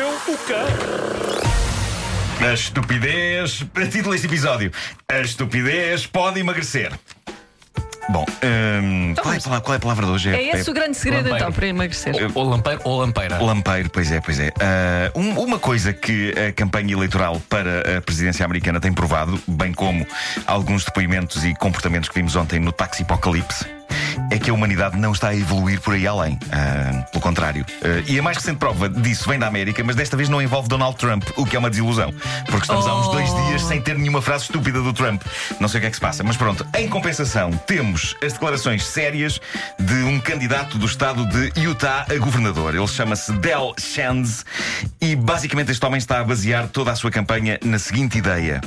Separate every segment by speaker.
Speaker 1: época.
Speaker 2: A estupidez. Título deste episódio: A estupidez pode emagrecer. Bom, hum, qual, é a palavra, qual é a palavra de hoje?
Speaker 3: Então É esse o grande segredo
Speaker 1: Lambeiro.
Speaker 3: então para emagrecer.
Speaker 1: Ou lampeiro ou lampeira.
Speaker 2: Lampeiro, pois é, pois é. Ah, um- uma coisa que a campanha eleitoral para a presidência americana tem provado, bem como alguns depoimentos e comportamentos que vimos ontem no Taxi Apocalipse, é que a humanidade não está a evoluir por aí além. Ah, pelo contrário. Ah, e a mais recente prova disso vem da América, mas desta vez não envolve Donald Trump, o que é uma desilusão. Porque estamos há uns
Speaker 3: Oh.
Speaker 2: dois dias sem ter nenhuma frase estúpida do Trump. Não sei o que é que se passa, mas pronto. Em compensação, temos as declarações sérias de um candidato do estado de Utah a governador. Ele chama-se Del Shands e basicamente este homem está a basear toda a sua campanha na seguinte ideia: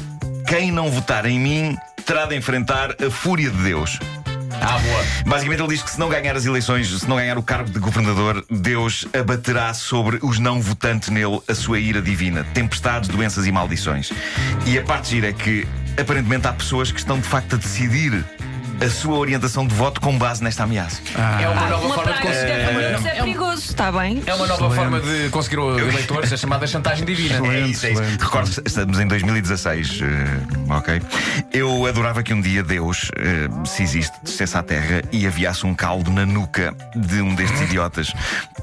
Speaker 2: quem não votar em mim terá de enfrentar a fúria de Deus.
Speaker 1: Ah, boa.
Speaker 2: Basicamente ele diz que se não ganhar as eleições, se não ganhar o cargo de governador, Deus abaterá sobre os não votantes nele a sua ira divina, tempestades, doenças e maldições. E a parte gira é que aparentemente há pessoas que estão de facto a decidir a sua orientação de voto com base nesta ameaça.
Speaker 1: É uma
Speaker 3: Ah,
Speaker 1: nova
Speaker 3: uma
Speaker 1: forma de
Speaker 3: praga
Speaker 1: conseguir.
Speaker 3: de
Speaker 1: É,
Speaker 3: Isso é perigoso, está bem?
Speaker 1: é uma nova forma de conseguir o- eleitores, é chamada chantagem divina.
Speaker 2: É isso, é isso. Recordo, estamos em 2016, eh, ok? Eu adorava que um dia Deus, eh, se existe, descesse à Terra e aviasse um caldo na nuca de um destes idiotas.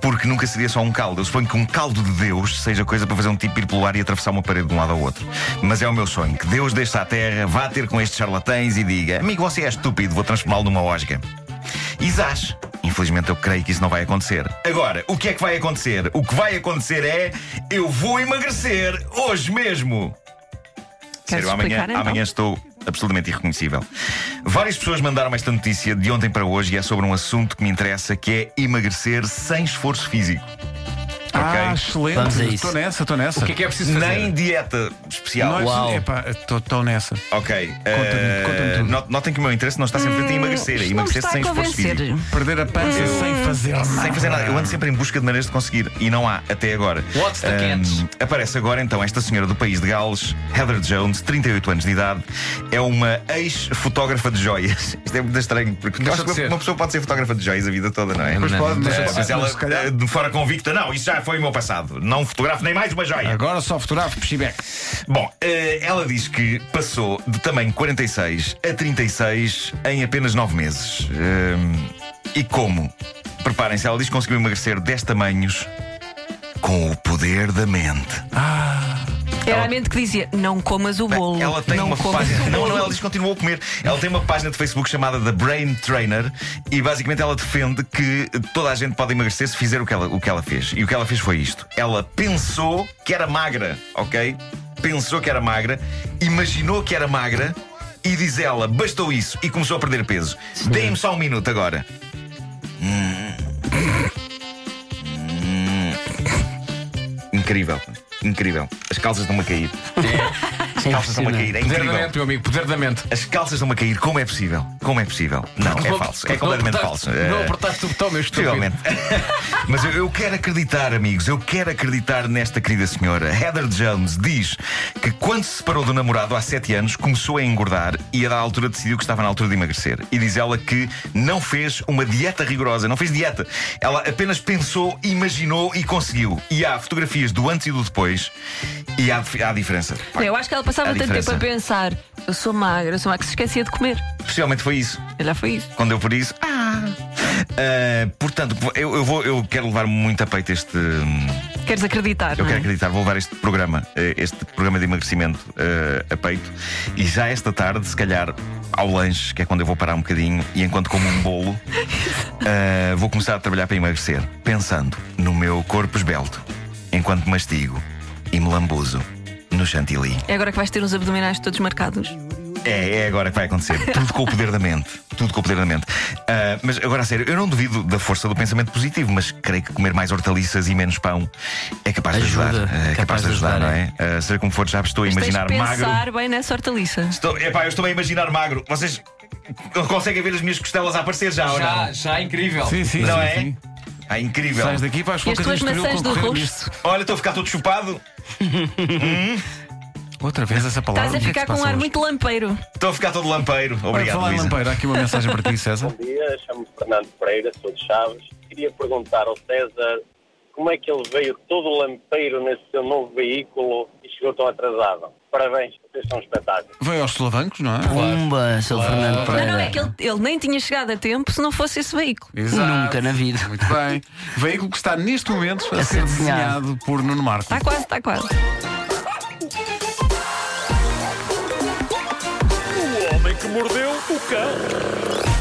Speaker 2: Porque nunca seria só um caldo. Eu suponho que um caldo de Deus seja coisa para fazer um tipo ir pelo ar e atravessar uma parede de um lado ao outro. Mas é o meu sonho que Deus deixe à Terra, vá ter com estes charlatães e diga: Amigo, você é estúpido, vou transformá-lo numa osga. Isás. Infelizmente eu creio que isso não vai acontecer. Agora, o que é que vai acontecer? O que vai acontecer é eu vou emagrecer hoje mesmo.
Speaker 3: Queres
Speaker 2: Sério, amanhã,
Speaker 3: explicar, então?
Speaker 2: amanhã estou absolutamente irreconhecível. Várias pessoas mandaram esta notícia de ontem para hoje e é sobre um assunto que me interessa, que é emagrecer sem esforço físico.
Speaker 4: Ah,
Speaker 2: Ok.
Speaker 4: excelente.
Speaker 5: Vamos a isso.
Speaker 4: Estou nessa, estou nessa.
Speaker 1: O que é que é preciso fazer?
Speaker 2: Nem dieta especial.
Speaker 4: Nós,
Speaker 5: Uau.
Speaker 4: epá, estou- estou nessa.
Speaker 2: Ok. eh,
Speaker 4: É conta-me tudo.
Speaker 2: not- Notem que o meu interesse não está sempre em emagrecer, é
Speaker 3: Eh, Isto não me
Speaker 2: emagrecer
Speaker 3: está
Speaker 2: sem
Speaker 3: a
Speaker 2: esforço
Speaker 3: convencer.
Speaker 2: físico.
Speaker 4: Perder a pança
Speaker 3: Hum.
Speaker 4: sem fazer nada.
Speaker 2: Sem fazer nada. Eu ando sempre em busca de maneiras de conseguir e não há até agora.
Speaker 1: What's the
Speaker 2: Ahm,
Speaker 1: catch?
Speaker 2: aparece agora então esta senhora do país de Gales, Heather Jones, 38 anos de idade, é uma ex-fotógrafa de joias. Isto é muito estranho, porque eu
Speaker 1: Deixa
Speaker 2: acho
Speaker 1: de
Speaker 2: que
Speaker 1: ser.
Speaker 2: uma, uma pessoa pode ser fotógrafa de joias a vida toda, não é?
Speaker 4: Mas
Speaker 1: Não,
Speaker 4: pode,
Speaker 1: não,
Speaker 4: mas,
Speaker 1: não,
Speaker 4: mas,
Speaker 2: Mas ela,
Speaker 4: se calhar-
Speaker 2: eh, de fora convicta, não, isso já foi o meu passado. Não fotografo nem mais uma joia.
Speaker 4: Agora só fotografo Pichibec.
Speaker 2: Bom, eh, ela diz que passou de tamanho 46 a 36 em apenas 9 meses. Ehm, e como? Preparem-se, ela diz que conseguiu emagrecer 10 tamanhos com o poder da mente.
Speaker 3: Era a mente que dizia: não comas o bolo.
Speaker 2: ela tem
Speaker 3: não
Speaker 2: uma
Speaker 3: comas
Speaker 2: página.
Speaker 3: o
Speaker 2: Não,
Speaker 3: bolo.
Speaker 2: não, ela diz que continuou a comer. Ela tem uma página de Facebook chamada The Brain Trainer e basicamente ela defende que toda a gente pode emagrecer se fizer o que ela, o que ela fez. E o que ela fez foi isto. Ela pensou que era magra, ok? Pensou que era magra, imaginou que era magra e diz ela, bastou isso e começou a perder peso. Deem-me só um minuto agora. Hum. Hum. Incrível, incrível. As calças estão-me a cair. As calças estão-me a cair. É
Speaker 1: Poder da
Speaker 2: incrível.
Speaker 1: mente, meu amigo, poder da mente.
Speaker 2: As calças estão-me a cair, como é possível? Como é possível? Não, é
Speaker 1: Não-
Speaker 2: falso. É
Speaker 1: não
Speaker 2: completamente
Speaker 1: apertaste-
Speaker 2: falso.
Speaker 1: Não
Speaker 2: Eh,
Speaker 1: apertaste o botão, meu estúpido.
Speaker 2: Possivelmente. Mas eu, eu quero acreditar, amigos, eu quero acreditar nesta querida senhora. Heather Jones diz que quando se separou do namorado há 7 anos, começou a engordar e a da altura decidiu que estava na altura de emagrecer. E diz ela que não fez uma dieta rigorosa, não fez dieta. Ela apenas pensou, imaginou e conseguiu. E há fotografias do antes e do depois e há, há diferença.
Speaker 3: Eu acho que ela passava
Speaker 2: Há
Speaker 3: tanto tempo
Speaker 2: diferença.
Speaker 3: a pensar: eu sou magra, eu sou magra, que se esquecia de comer.
Speaker 2: Possivelmente foi isso.
Speaker 3: Olha, foi isso.
Speaker 2: Quando eu por isso. Ah! Ah, portanto, eu, eu vou, eu quero levar muito a peito este. hum,
Speaker 3: Queres acreditar?
Speaker 2: Eu
Speaker 3: não é?
Speaker 2: quero acreditar, vou levar este programa, eh, este programa de emagrecimento eh, a peito. E já esta tarde, se calhar, ao lanche, que é quando eu vou parar um bocadinho e enquanto como um bolo, eh, vou começar a trabalhar para emagrecer, pensando no meu corpo esbelto, enquanto mastigo e me lambuzo no chantilly.
Speaker 3: É agora que vais ter uns abdominais todos marcados.
Speaker 2: É, é agora que vai acontecer. Tudo com o poder da mente. Tudo com o poder da mente. Ah, mas agora, a sério, eu não duvido da força do pensamento positivo, mas creio que comer mais hortaliças e menos pão é capaz
Speaker 5: Ajuda.
Speaker 2: de ajudar. É capaz de ajudar, não é? Ah, seja como for, já estou a
Speaker 3: Mas
Speaker 2: imaginar
Speaker 3: tens de
Speaker 2: magro.
Speaker 3: pensar bem nessa hortaliça.
Speaker 2: Estou, epá, eu estou a imaginar magro. Vocês conseguem ver as minhas costelas a aparecer já, ou
Speaker 1: Já,
Speaker 2: não?
Speaker 1: já é incrível.
Speaker 4: Sim, sim,
Speaker 2: não
Speaker 4: sim,
Speaker 2: é?
Speaker 4: sim.
Speaker 2: Ah, incrível.
Speaker 4: Sais daqui, vais
Speaker 3: E as tuas maçãs do rosto.
Speaker 2: Olha, estou a ficar todo chupado.
Speaker 4: Outra vez essa palavra.
Speaker 3: Estás a
Speaker 4: o que
Speaker 3: ficar
Speaker 4: é que se
Speaker 3: com um
Speaker 4: passa
Speaker 3: ar
Speaker 4: hoje?
Speaker 3: muito lampeiro.
Speaker 2: Estou a ficar todo lampeiro.
Speaker 4: Para
Speaker 2: Obrigado,
Speaker 4: falar em
Speaker 2: Luísa.
Speaker 4: lampeiro, há aqui uma mensagem para ti, César.
Speaker 6: Bom dia, chamo-me Fernando Pereira, sou de Chaves. Queria perguntar ao César
Speaker 5: como é que ele veio todo lampeiro nesse seu novo veículo e chegou tão atrasado. Parabéns, vocês são um espetáculo.
Speaker 4: Veio aos solavancos, não é?
Speaker 6: Pumba, seu Fernando
Speaker 3: Não,
Speaker 6: Pereira.
Speaker 3: não, é que ele, ele nem tinha chegado a tempo se não fosse esse veículo.
Speaker 6: Nunca na vida.
Speaker 4: Muito bem. Veículo que está neste momento a ser
Speaker 6: desenhado.
Speaker 4: desenhado por Nuno Marco.
Speaker 3: Está quase, está quase.
Speaker 7: O homem que mordeu o cão.